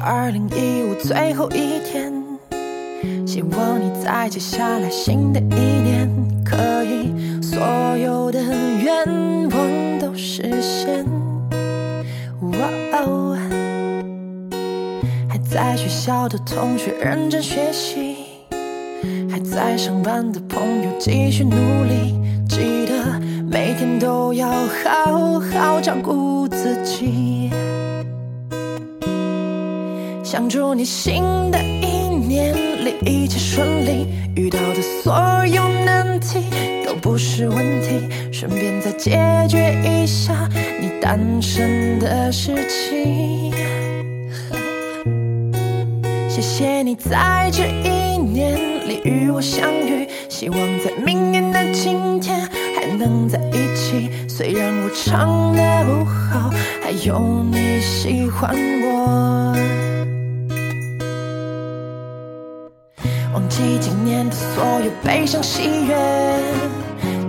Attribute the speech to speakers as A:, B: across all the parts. A: 二零一五最后一天，希望你在接下来新的一年可以所有的愿望都实现。哇哦，还在学校的同学认真学习，还在上班的朋友继续努力，记得每天都要好好照顾自己。想祝你新的一年里一切顺利，遇到的所有难题都不是问题，顺便再解决一下你单身的事情。谢谢你在这一年里与我相遇，希望在明年的今天还能在一起。虽然我唱的不好，还有你喜欢我。忘记今年的所有悲伤喜悦，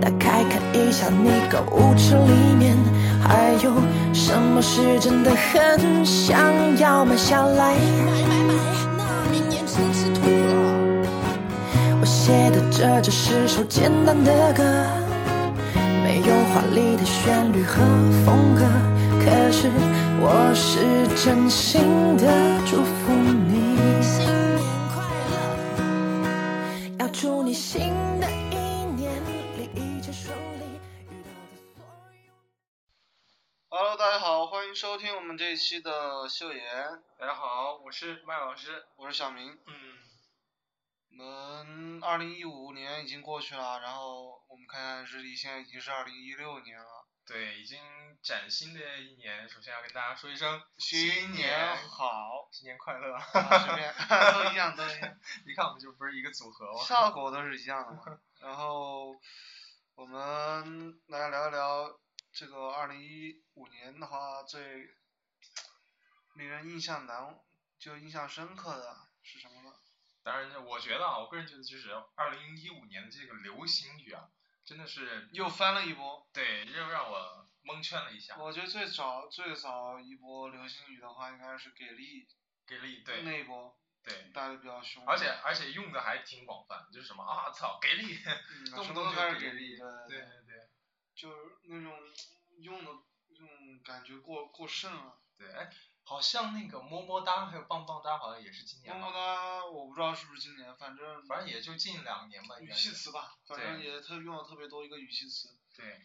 A: 打开看一下你购物车里面还有什么是真的很想要买下来。
B: 买买买，那明年只能吃土了。
A: 我写的这只是首简单的歌，没有华丽的旋律和风格，可是我是真心的祝福你。
B: 新年快乐，
A: 要祝你新的一年里一切顺利。遇到的所有
C: Hello，大家好，欢迎收听我们这一期的秀妍，
D: 大家好，我是麦老师。
C: 我是小明。
D: 嗯，
C: 我们二零一五年已经过去了，然后我们看看日历，现在已经是二零一六年 了。
D: 对，已经崭新的一年，首先要跟大家说一声
C: 新
D: 年
C: 年好，
D: 新年快乐。
C: 啊 随便都一样，都一样。
D: 一看我们就不是一个组合哦。
C: 效果都是一样的嘛。然后我们来聊一聊这个二零一五年的话，最令人印象难就印象深刻的是什么呢？
D: 当然，我觉得啊，我个人觉得就是二零一五年的这个流行语啊，真的是
C: 又翻了一波。
D: 对，又让我蒙圈了一下。
C: 我觉得最早最早一波流行语的话，应该是给力
D: 给力，
C: 那
D: 对
C: 一波
D: 对，
C: 打的比较凶，
D: 而且而且用的还挺广泛，就是什么啊操给力，
C: 嗯
D: 动
C: 什
D: 不
C: 么都
D: 动就
C: 开始
D: 给
C: 力，
D: 对
C: 对，
D: 对对
C: 就是那种用的用感觉过过剩了。
D: 对，哎，好像那个么么哒还有棒棒哒好像也是今年
C: 么
D: 吧，
C: 么哒，我不知道是不是今年，反正
D: 反正也就近两年吧，应
C: 语
D: 该
C: 气
D: 是。
C: 词吧，反
D: 对
C: 正也特用的特别多一个语气词，
D: 对。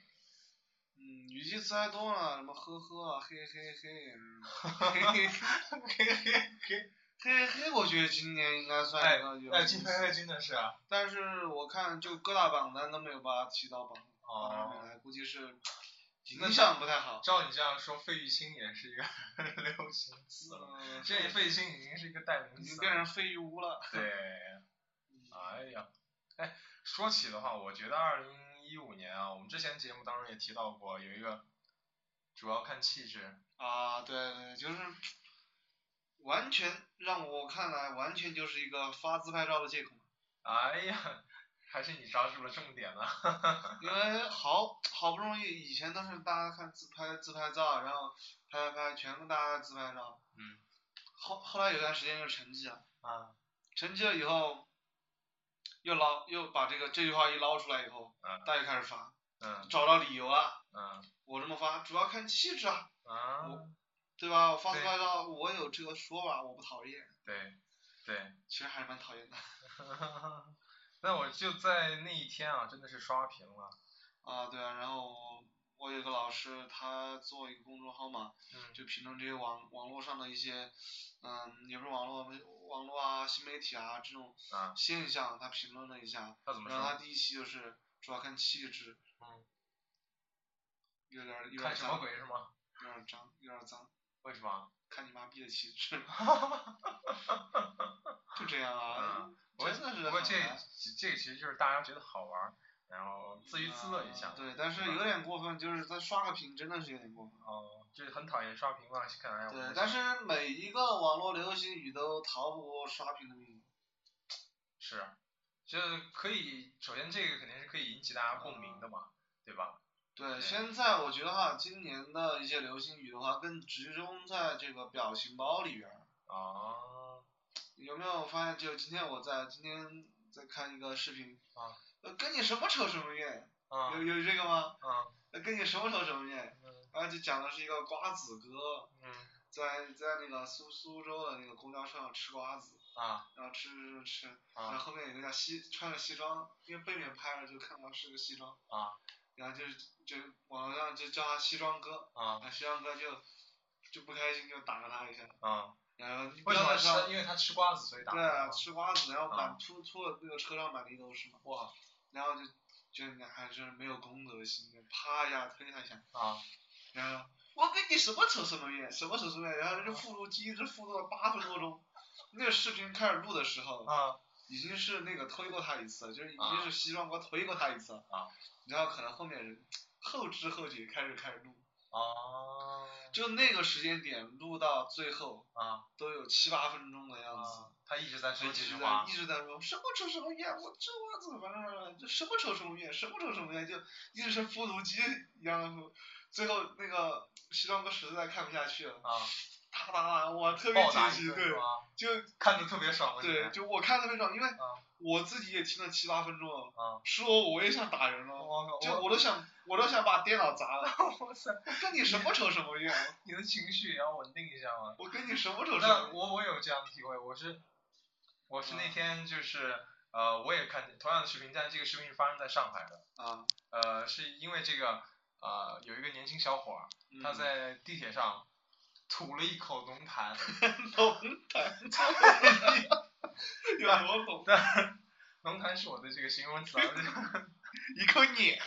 C: 嗯，语气词还多了，什么呵呵啊，嘿嘿嘿，嗯嘿嘿嘿嘿嘿嘿嘿，我觉得今年应该算一个有
D: 哎，
C: 意
D: 金
C: 思
D: 飞飞真的是啊，
C: 但是我看就各大榜单都没有把它提到榜
D: 哦
C: 榜上面来，估计是影响不太 好。
D: 照你这样说，费玉清也是一个 流行词了。
C: 嗯，
D: 这费玉清已经是一个代名
C: 已经
D: 词
C: 变
D: 了。
C: 成废玉屋了。
D: 对，哎呀，哎，说起的话，我觉得二零一五年啊，我们之前节目当中也提到过，有一个主要看气质，
C: 啊，对对，就是完全让我看来完全就是一个发自拍照的借口。
D: 哎呀，还是你抓住了重点了。
C: 因为好好不容易以前都是大家看自拍自拍照，然后拍拍拍，全部大家自拍照。
D: 嗯。
C: 后后来有段时间就沉寂了，
D: 啊，
C: 沉寂了以后，又捞又把这个这句话一捞出来以后，
D: 嗯
C: 大家就开始发，
D: 嗯
C: 找到理由了。
D: 嗯
C: 我这么发主要看气质啊，
D: 啊，
C: 对吧？我发自
D: 对
C: 拍照，我有这个说法，我不讨厌，
D: 对对，
C: 其实还是蛮讨厌的。
D: 那我就在那一天啊，真的是刷屏了。
C: 啊，对啊，然后我有个老师，他做一个公众号嘛，
D: 嗯
C: 就评论这些网网络上的一些，嗯，也不是网络网络啊、新媒体啊这种
D: 啊，
C: 现象，他评论了一下，
D: 他怎么
C: 然后他
D: 说？
C: 第一期就是主要看气质，
D: 嗯，
C: 有点儿有点
D: 看
C: 儿
D: 什么
C: 脏，
D: 鬼是吗？
C: 有点儿脏，有点儿脏，
D: 为什么？
C: 看你妈逼的气 质，就这样啊
D: 嗯，我
C: 真的是
D: 不过
C: 很
D: 这
C: 难
D: 这个其实就是大家觉得好玩儿，然后自娱自乐一下。
C: 啊对，但是
D: 吧
C: 有点过分，就是他刷个屏真的是有点过分。
D: 哦，就是很讨厌刷屏嘛，看来我
C: 对
D: 们，
C: 但是每一个网络流行语都逃不过刷屏的命运。
D: 是，就是可以，首先这个肯定是可以引起大家共鸣的嘛，对吧？
C: 对，
D: 对
C: 现在我觉得哈，今年的一些流行语的话，更集中在这个表情包里边儿。
D: 啊，
C: 有没有发现？就今天我在今天在看一个视频
D: 啊，
C: 呃跟你什么仇什么怨？
D: 啊
C: 有有这个吗？
D: 啊，
C: 呃跟你什么仇什么怨？
D: 嗯
C: 然后就讲的是一个瓜子哥
D: 嗯
C: 在在那个苏苏州的那个公交车上吃瓜子，
D: 啊
C: 然后吃吃吃，然后
D: 啊
C: 后面有一个叫西穿着西装，因为背面拍了就看到是个西装，
D: 啊
C: 然后就是就网上就叫他西装哥，
D: 啊
C: 啊西装哥就就不开心就打了他一下，
D: 啊！
C: 然后你不
D: 为什
C: 要
D: 么
C: 在上
D: 吃？因为他吃瓜子，所以打
C: 对
D: 他
C: 啊，
D: 吗
C: 吃瓜子，然后
D: 啊
C: 满吐吐的那个车上满地都是嘛，
D: 哇
C: 然后就觉得你还是没有公德心的，啪一下推他一下，
D: 啊
C: 然后我跟你什么仇什么怨，什么仇什么怨，然后就复读机一直复读了八分多钟，那个视频开始录的时候，
D: 啊
C: 已经是那个推过他一次，就是已经
D: 啊
C: 是西装哥推过他一次，
D: 啊，
C: 然后可能后面人后知后觉开始开始录，
D: 啊
C: 就那个时间点录到最后
D: 啊
C: 都有七八分钟的样子。
D: 啊！他一直在
C: 所以
D: 说
C: 一
D: 这
C: 直
D: 句
C: 在
D: 话
C: 一直在说什么仇什么怨，我这我怎么反正就什么仇什么怨，什么仇什么怨，就一直是复读机一样的复。最后那个西装哥实在看不下去了，
D: 啊，
C: 啪啪啪，我特别
D: 暴打
C: 解
D: 一
C: 气，
D: 顿
C: 对
D: 是，吧？
C: 就
D: 看着特别爽的你
C: 对，就我看特别爽，因为
D: 啊
C: 我自己也听了七八分钟了，
D: 啊！
C: 说我我也想打人
D: 我
C: 了，
D: 我
C: 就我都想我都想把电脑砸 了，
D: 哇塞，
C: 我跟你什么仇什么怨，
D: 你的情绪也要稳定一下嘛。
C: 我跟你什么仇什么
D: 那
C: 怨，
D: 我我有这样的体会，我是我是那
C: 嗯
D: 天就是、呃，我也看见同样的视频，但这个视频是发生在上海的，
C: 啊，
D: 呃，是因为这个呃，有一个年轻小伙儿，
C: 嗯
D: 他在地铁上吐了一口浓痰，
C: 龙潭，有多龙？
D: 浓痰是我的这个形容词啊，就是
C: 一口碾。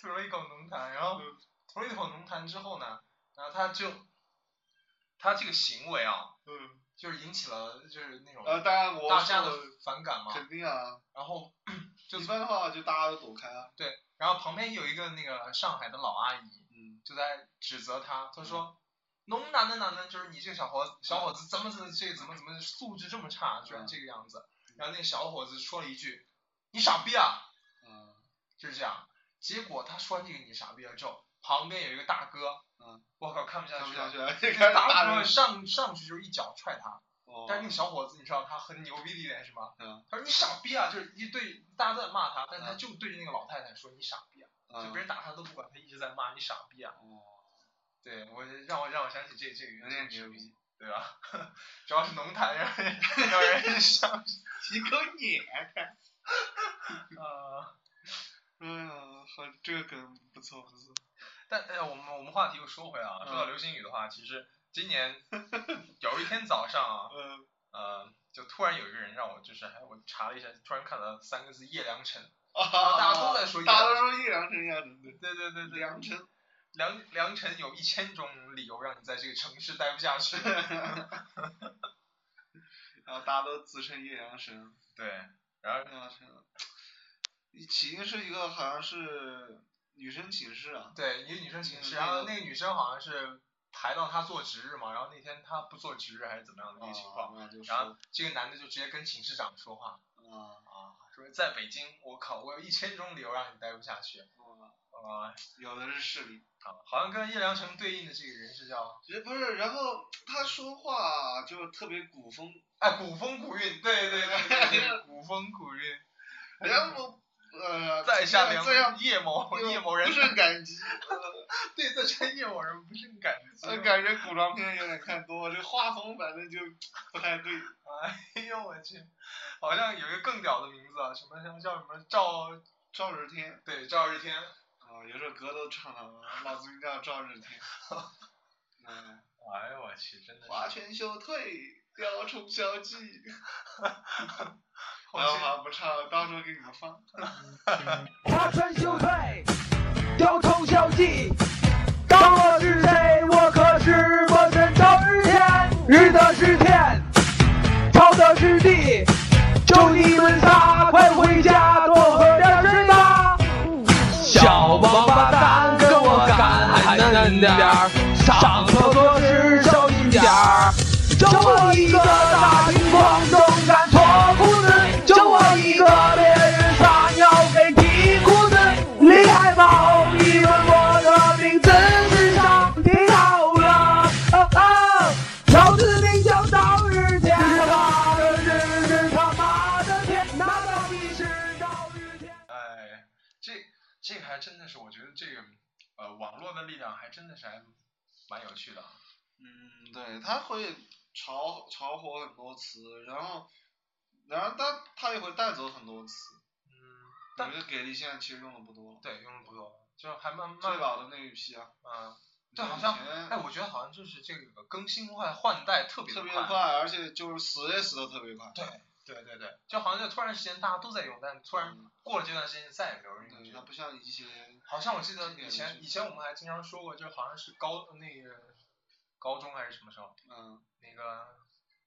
D: 吐了一口浓痰，然后
C: 嗯
D: 吐了一口浓痰之后呢，然后他就他这个行为啊，
C: 嗯，
D: 就是引起了就是那种
C: 呃，当然我
D: 大家的
C: 说
D: 反感嘛，
C: 肯定啊，
D: 然后就
C: 一般的话就大家都躲开啊。
D: 对，然后旁边有一个那个上海的老阿姨。
C: 嗯，
D: 就在指责他，他说：“侬哪能哪能，就是你这个小伙小伙子怎么怎么这个怎么怎么素质这么差，居
C: 嗯
D: 然这个样子。”然后那小伙子说了一句：“你傻逼啊
C: 啊！”
D: 就是这样。结果他说完这个“你傻逼”啊之后，旁边有一个大哥，
C: 嗯，
D: 我靠，看不下
C: 看
D: 去
C: 不下
D: 了，
C: 去了，开始
D: 那个大
C: 打
D: 哥
C: 人。
D: 上上去就是一脚踹他。
C: 哦
D: 但是那个小伙子，你知道他很牛逼的一点是什么？
C: 嗯
D: 他说：“你傻逼啊！”就是一对大家都在骂他，但是他
C: 嗯
D: 就对着那个老太太说：“你傻逼啊！”就别人打他都不管，他一直在骂你傻逼啊。
C: 哦，
D: 对我让我让我想起这这个
C: 有
D: 原
C: 点
D: 点
C: 牛
D: 牛
C: 逼
D: 逼，对吧？ 主要是浓痰让人 让人想
C: 一口碾。哎
D: 啊。嗯
C: 呀，好，这个梗不错不错。
D: 但呃，我们我们话题又说回来啊，说到
C: 嗯
D: 流星雨的话，其实今年有一天早上啊，
C: 嗯，
D: 呃，就突然有一个人让我就是还我查了一下，突然看到三个字叶良辰，
C: 啊
D: 大家都在说
C: 大家
D: 叶
C: 都说叶良辰叶良辰，对
D: 对对对对，
C: 良辰。
D: 良良辰有一千种理由让你在这个城市待不下去。
C: 然后大家都自称叶良辰，
D: 对，然后
C: 叶良辰。起因是一个好像是女生寝室啊，
D: 对，一个女生寝室，
C: 嗯
D: 然
C: 那
D: 后
C: 个
D: 那个女生好像是排到她做值日嘛，然后那天她不做值日还是怎么样的一个情况，
C: 啊，就
D: 然后
C: 说
D: 这个男的就直接跟寝室长说话
C: 啊，
D: 啊，说在北京，我靠，我有一千种理由让你待不下去
C: 啊
D: 啊，
C: 有的是势力。
D: 好好像跟叶良辰对应的这个人是叫
C: 人不是，然后他说话就特别古风，
D: 哎古风古韵，对对对对对，古风古韵，
C: 然后呃，
D: 在下
C: 这样
D: 梁叶某
C: 这样
D: 叶某人
C: 不，是感激，
D: 对，在下叶某人不是很感激
C: 呃
D: 吗，
C: 感觉古装片有点看多，这画风反正就不太对。
D: 哎呦我去，好像有一个更屌的名字啊，什么什么叫什么赵
C: 赵日天
D: 对赵日天。
C: 啊，有首歌都唱了，老子名叫赵日 天。嗯，
D: 哎呦我去，真的
C: 划
D: 是，
C: 拳休退，雕虫小 技。好
D: 后
C: 了
D: 期
C: 好了，不唱了，到时候给你们放。 嗯
E: 划拳休退，雕虫小技。当我是谁？我可是魔神赵日天，日的是天，朝的是地。就你们仨，快回家，多喝点水吧。小王八蛋，跟我干，还嫩点儿。上厕所时小心点儿。就我一个大庭广众敢脱裤子，就我一个，别人撒尿给提裤子，厉害吧？哦，你问我的名字是上听好了。啊啊
D: 这个还真的是，我觉得这个呃网络的力量还真的是还蛮有趣的啊。
C: 嗯，对，他会炒炒火很多词，然后，然后但他也会带走很多词。
D: 嗯，
C: 我
D: 但
C: 觉得给力现在其实用的不多，
D: 对，用的不多，就还蛮
C: 最
D: 蛮
C: 老的那一批啊，
D: 嗯，
C: 你
D: 对，
C: 像
D: 好
C: 以
D: 像
C: 前
D: 哎，我觉得好像就是这个更新换换代特别
C: 特
D: 的
C: 别快，而且就是死也死的特别快。
D: 对对对对，就好像就突然之间大家都在用，但突然
C: 嗯
D: 过了这段时间再也没有人用
C: 对，
D: 这
C: 它
D: 个。
C: 不像一些，
D: 好像我记得
C: 经典的
D: 以前
C: 是
D: 以前我们还经常说过，就好像是高那个高中还是什么时候，
C: 嗯
D: 那个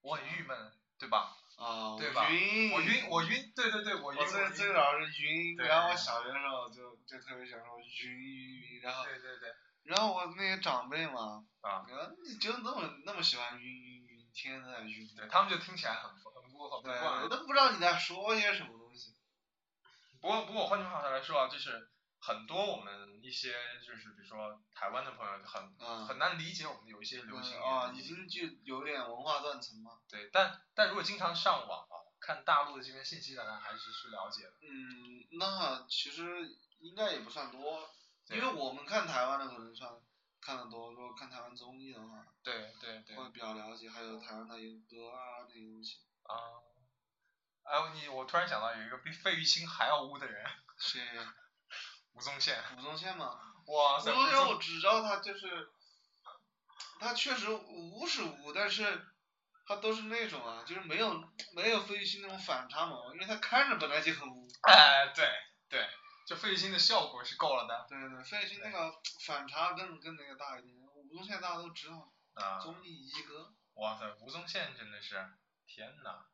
D: 我很郁闷，对吧？
C: 啊，
D: 对吧
C: 晕，
D: 我，晕我晕，对对对，我晕
C: 我最
D: 晕
C: 最早是晕，
D: 对
C: 然后我小学的时候就就特别喜欢说晕晕晕，然后
D: 对对对
C: 然后我那些长辈嘛，
D: 啊，
C: 啊，你就那么那么喜欢晕晕晕，天天都在晕，
D: 对他们就听起来很不很不很不
C: 对，
D: 惯
C: 我。都不知道你在说些什么东西。
D: 不过不过换句话来说啊，就是很多我们一些就是比如说台湾的朋友就很、
C: 嗯
D: 很难理解我们有一些流行
C: 嗯
D: 语
C: 啊，已经就有点文化断层嘛。
D: 对，但但如果经常上网啊，看大陆的这边信息，大家还是是了解的。
C: 嗯，那其实应该也不算多，
D: 对
C: 因为我们看台湾的可能算看的多，如果看台湾综艺的话，
D: 对对对
C: 会比较了解，还有台湾的演歌啊那些东西。
D: 啊。哎，我你我突然想到有一个比费玉清还要污的人，
C: 谁？
D: 吴宗宪。
C: 吴宗宪嘛，
D: 哇
C: 吴
D: 塞，
C: 宗
D: 吴
C: 宪我
D: 宗
C: 只知道他就是，他确实污是污，但是他都是那种啊，就是没有没有费玉清那种反差萌，因为他看着本来就很污。
D: 哎，对对，就费玉清的效果是够了的
C: 对对，费玉清那个反差更更那个大一点。吴宗宪大家都知道，
D: 啊。
C: 综艺一哥，
D: 哇塞，吴宗宪真的是，天哪！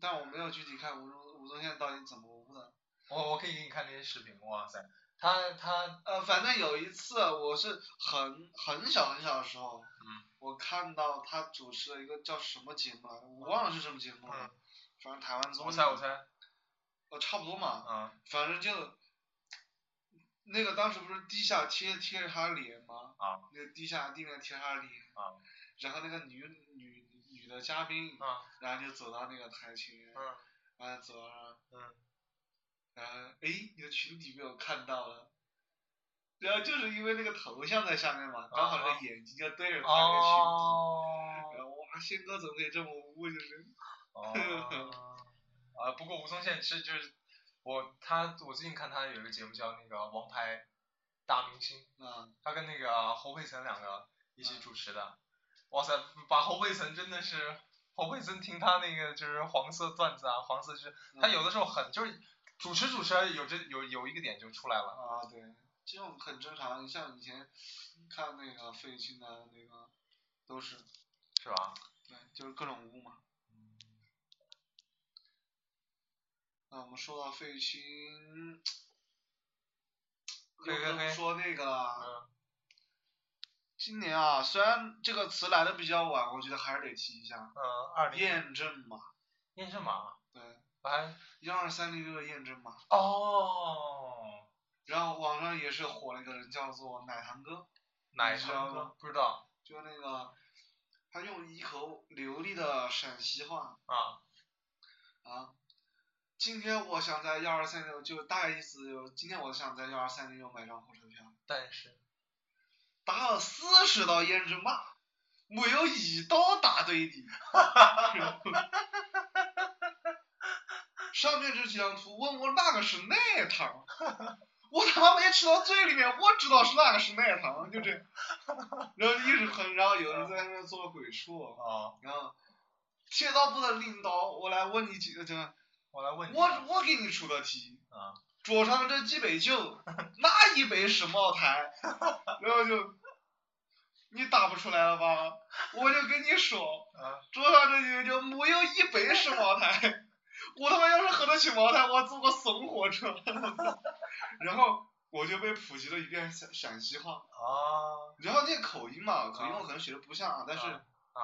C: 但我没有具体看吴宗吴宗宪到底怎么污的。
D: 我我可以给你看那些视频，哇塞，他他
C: 呃，反正有一次我是很很小很小的时候，
D: 嗯
C: 我看到他主持了一个叫什么节目来着，我忘了是什么节目了，
D: 嗯
C: 反正台湾综艺，
D: 我猜我猜，
C: 呃，差不多嘛，
D: 啊
C: 反正就那个当时不是地下贴贴着他脸吗？
D: 啊
C: 那个地下地面贴着他脸，
D: 啊
C: 然后那个女女女的嘉宾，
D: 啊
C: 然后就走到那个台前，
D: 嗯
C: 然后走到那儿，
D: 嗯，
C: 然后诶，你的群体被我看到了，然后就是因为那个头像在下面嘛，刚好那个眼睛就对着他那个群体，
D: 啊哦
C: 然后哇，宪哥怎么可以这么污？就是，
D: 哦，啊，不过吴宗宪其实就是我他我最近看他有一个节目叫那个《王牌大明星》，
C: 啊，
D: 他跟那个侯佩岑两个一起主持的，哇塞，把侯佩岑真的是。侯佩岑听他那个就是黄色段子啊，黄色是，他有的时候很就是主持主持有这有有一个点就出来了，
C: 啊，对，这种很正常。像以前看那个费玉清的那个，都是
D: 是吧？
C: 对，就是各种污嘛。
D: 嗯
C: 那我们说到费玉清，
D: 嘿
C: 又
D: 嘿
C: 不
D: 嘿
C: 能说那个了。
D: 嗯，
C: 今年啊，虽然这个词来的比较晚，我觉得还是得提一下
D: 嗯，二零
C: 验证码。
D: 验证码，
C: 对，
D: 哎，
C: 幺二三零六的验证码。
D: 哦，
C: 然后网上也是火了一个人，叫做奶糖哥。
D: 奶
C: 你知道吗
D: 糖哥不知道
C: 就那个，他用一口流利的陕西话
D: 啊，
C: 啊，今天我想在幺二三六，就大概意思就是今天我想在幺二三六买张火车票，
D: 但是
C: 打了四十道胭脂骂，没有一道答对的。 上面这几张图问我哪个是奶糖，我他妈没吃到嘴里面，我知道是哪个是奶糖，就这样， 然后一直喷，然后有人在那边做鬼畜。
D: 哦，
C: 然后铁道部的领导，我来问你几个，就
D: 我来问你，
C: 我我给你出个题，
D: 啊，
C: 桌上这几杯酒， 哪一杯是茅台？然后就你答不出来了吧？我就跟你说，
D: 啊，
C: 桌上这几杯酒没有一杯是茅台。我他妈要是喝得起茅台，我坐个怂火 车。然后我就被普及了一遍陕陕西话，
D: 啊
C: 然后那口音嘛，口音
D: 啊
C: 我可能学的不像啊，但是
D: 啊啊，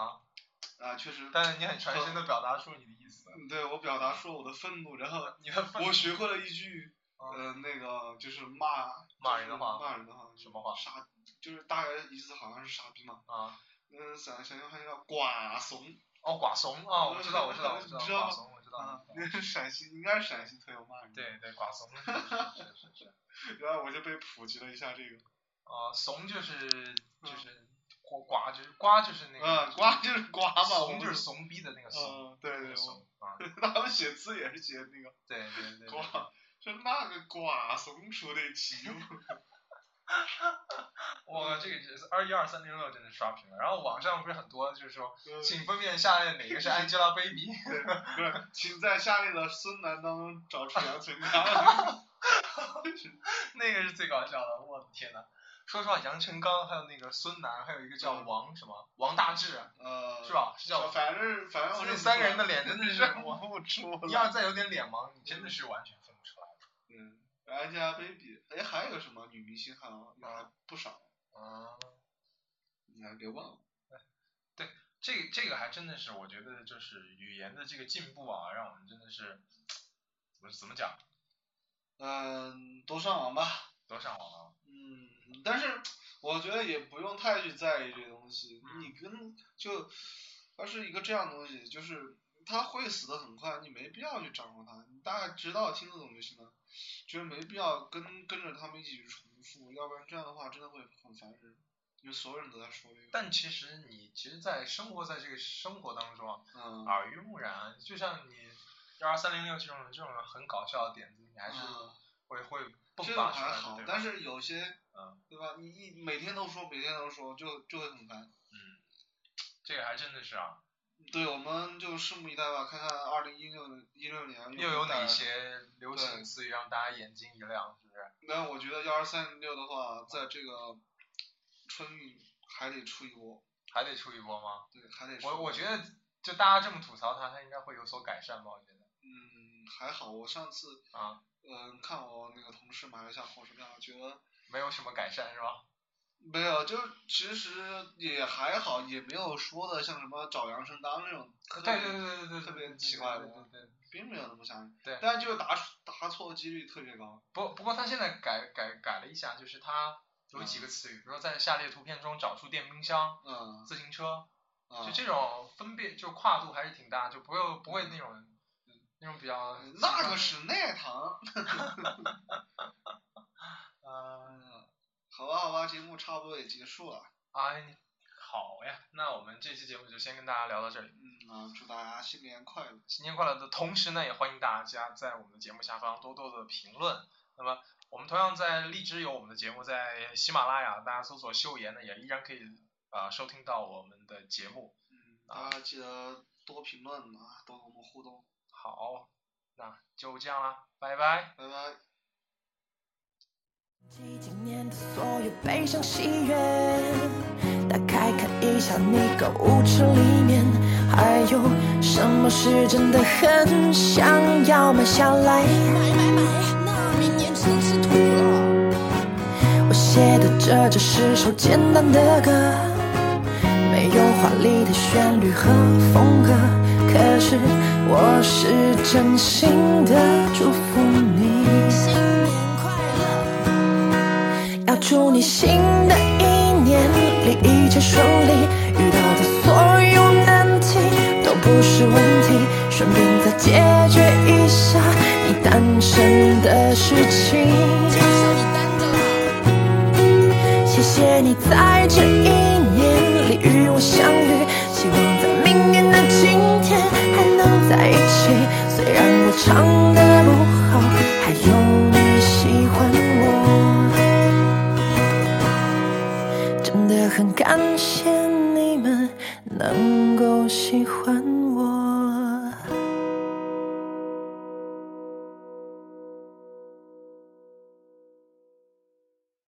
C: 啊，确实
D: 但是你很传神的表达出你的意思，
C: 嗯对我表达出了我的愤怒，然后
D: 你的愤
C: 我学会了一句，
D: 啊
C: 呃，那个就是骂
D: 骂
C: 就是
D: 人的话
C: 骂人的话，
D: 什么话
C: 傻，就是大概意思好像是傻逼嘛。
D: 啊，
C: 嗯，想想象还叫瓜怂
D: 哦，寡怂啊，我知道，我知道，我知道，
C: 你知道吗
D: 寡怂，我知道，
C: 啊
D: 我，知道
C: 你是 陕西，应该是陕西特有骂名。，
D: 对对，广 怂是是是是，
C: 然后我就被普及了一下这个。
D: 啊，怂就是就是瓜瓜就是嗯瓜就是那
C: 嗯，
D: 个，
C: 瓜就是瓜嘛，我
D: 怂
C: 们
D: 就是怂逼的那个怂，
C: 嗯，对
D: 那
C: 对
D: 个，怂啊，
C: 他们 写字也是写那个
D: 对对对，对
C: 瓜，说那个瓜怂出的题目。
D: 哇，这个是二一二三零六真的刷屏了。然后网上不是很多，就是说，
C: 嗯
D: 请分辨下列哪个是 Angelababy。
C: 对， 不是，请在下列的孙楠当中找出杨丞琳。
D: 那个是最搞笑的，我的天呐，说实话，杨臣刚，还有那个孙楠，还有一个
C: 嗯
D: 叫王什么王大治，
C: 呃，
D: 是？吧？是叫王。
C: 反正反哎正我认不
D: 这
C: 出来
D: 三个人的脸真的是，
C: 我
D: 我
C: 不出
D: 你要
C: 了。
D: 是再有点脸盲，你真的是完全分不出来。
C: 嗯，Angelababy，哎，还有什么女明星还有有不少，
D: 啊、
C: 嗯你还别忘了。
D: 这个这个还真的是，我觉得就是语言的这个进步啊，让我们真的是怎么怎么讲，
C: 嗯，多上网吧。
D: 都上网啊了。
C: 嗯，但是我觉得也不用太去在意这个东西，
D: 嗯
C: 你跟就它是一个这样的东西，就是它会死的很快，你没必要去掌握它，你大概知道听得懂就行了，觉得没必要跟跟着他们一起去重复，要不然这样的话真的会很烦人，因为所有人都在说这个。
D: 但其实你其实，在生活在这个生活当中啊，
C: 嗯，
D: 耳濡目染，啊就像你幺二三零六这种这种很搞笑的点子，你还是
C: 嗯
D: 会、会迸
C: 这个
D: 发出
C: 还
D: 来
C: 好
D: 的，，对吧
C: 但是有些，
D: 嗯
C: 对吧？你你每天都说，每天都说，就就会很烦。
D: 嗯，这个还真的是啊，
C: 对，我们就拭目以待吧，看看二零一六一六年
D: 又有哪
C: 带来？
D: 些流行
C: 对
D: 词语让大家眼睛一亮，是不是？
C: 那我觉得幺二三零六的话，在这个春运还得出一波，
D: 还得出一波吗？
C: 对，还得出一
D: 我
C: 波
D: 我觉得就大家这么吐槽它，它应该会有所改善吧？我觉得
C: 嗯还好，我上次
D: 啊，
C: 嗯看我那个同事买了一下火车票，觉得
D: 没有什么改善是吧？
C: 没有，就其实也还好，也没有说的像什么找杨圣当那种特别，
D: 对对对对对，
C: 特别
D: 对
C: 奇怪的
D: 对对对对。
C: 并没有那么吓人，
D: 对
C: 但就是答答错几率特别高，
D: 不不过它现在改改改了一下，就是它有几个词语，比如说在下列图片中找出电冰箱、
C: 嗯，
D: 自行车。
C: 啊
D: 就这种分辨就跨度还是挺大，就不会不会那种那种比较
C: 嗯那个是奶糖。
D: 呃
C: 嗯，好吧，好吧，节目差不多也结束了。
D: 哎好呀，那我们这期节目就先跟大家聊到这里，
C: 嗯啊，祝大家新年快乐。
D: 新年快乐的同时呢，也欢迎大家在我们的节目下方多多的评论。那么我们同样在荔枝有我们的节目，在喜马拉雅大家搜索“秀妍”呢，也依然可以啊、呃收听到我们的节目。
C: 嗯，大家记得多评论啊，多跟我们互动。
D: 好，那就这样啦，拜拜。
C: 拜拜。
A: 这几年的所有悲伤喜悦，打开看一下你购物车里面还有什么是真的很想要买下来。
B: 买买买，那明年真是吐了。
A: 我写的这只是首简单的歌，没有华丽的旋律和风格，可是我是真心的祝福你。
B: 新年快乐，
A: 要祝你新的一年里一切顺利，遇到的所有难题都不是问题，顺便再解决一下你单身的事情。
B: 介绍你单着了，
A: 谢谢你在这一年里与我相遇，希望在明年的今天还能在一起。虽然我唱的不好，还有你喜欢我，真的很感谢你们能够喜欢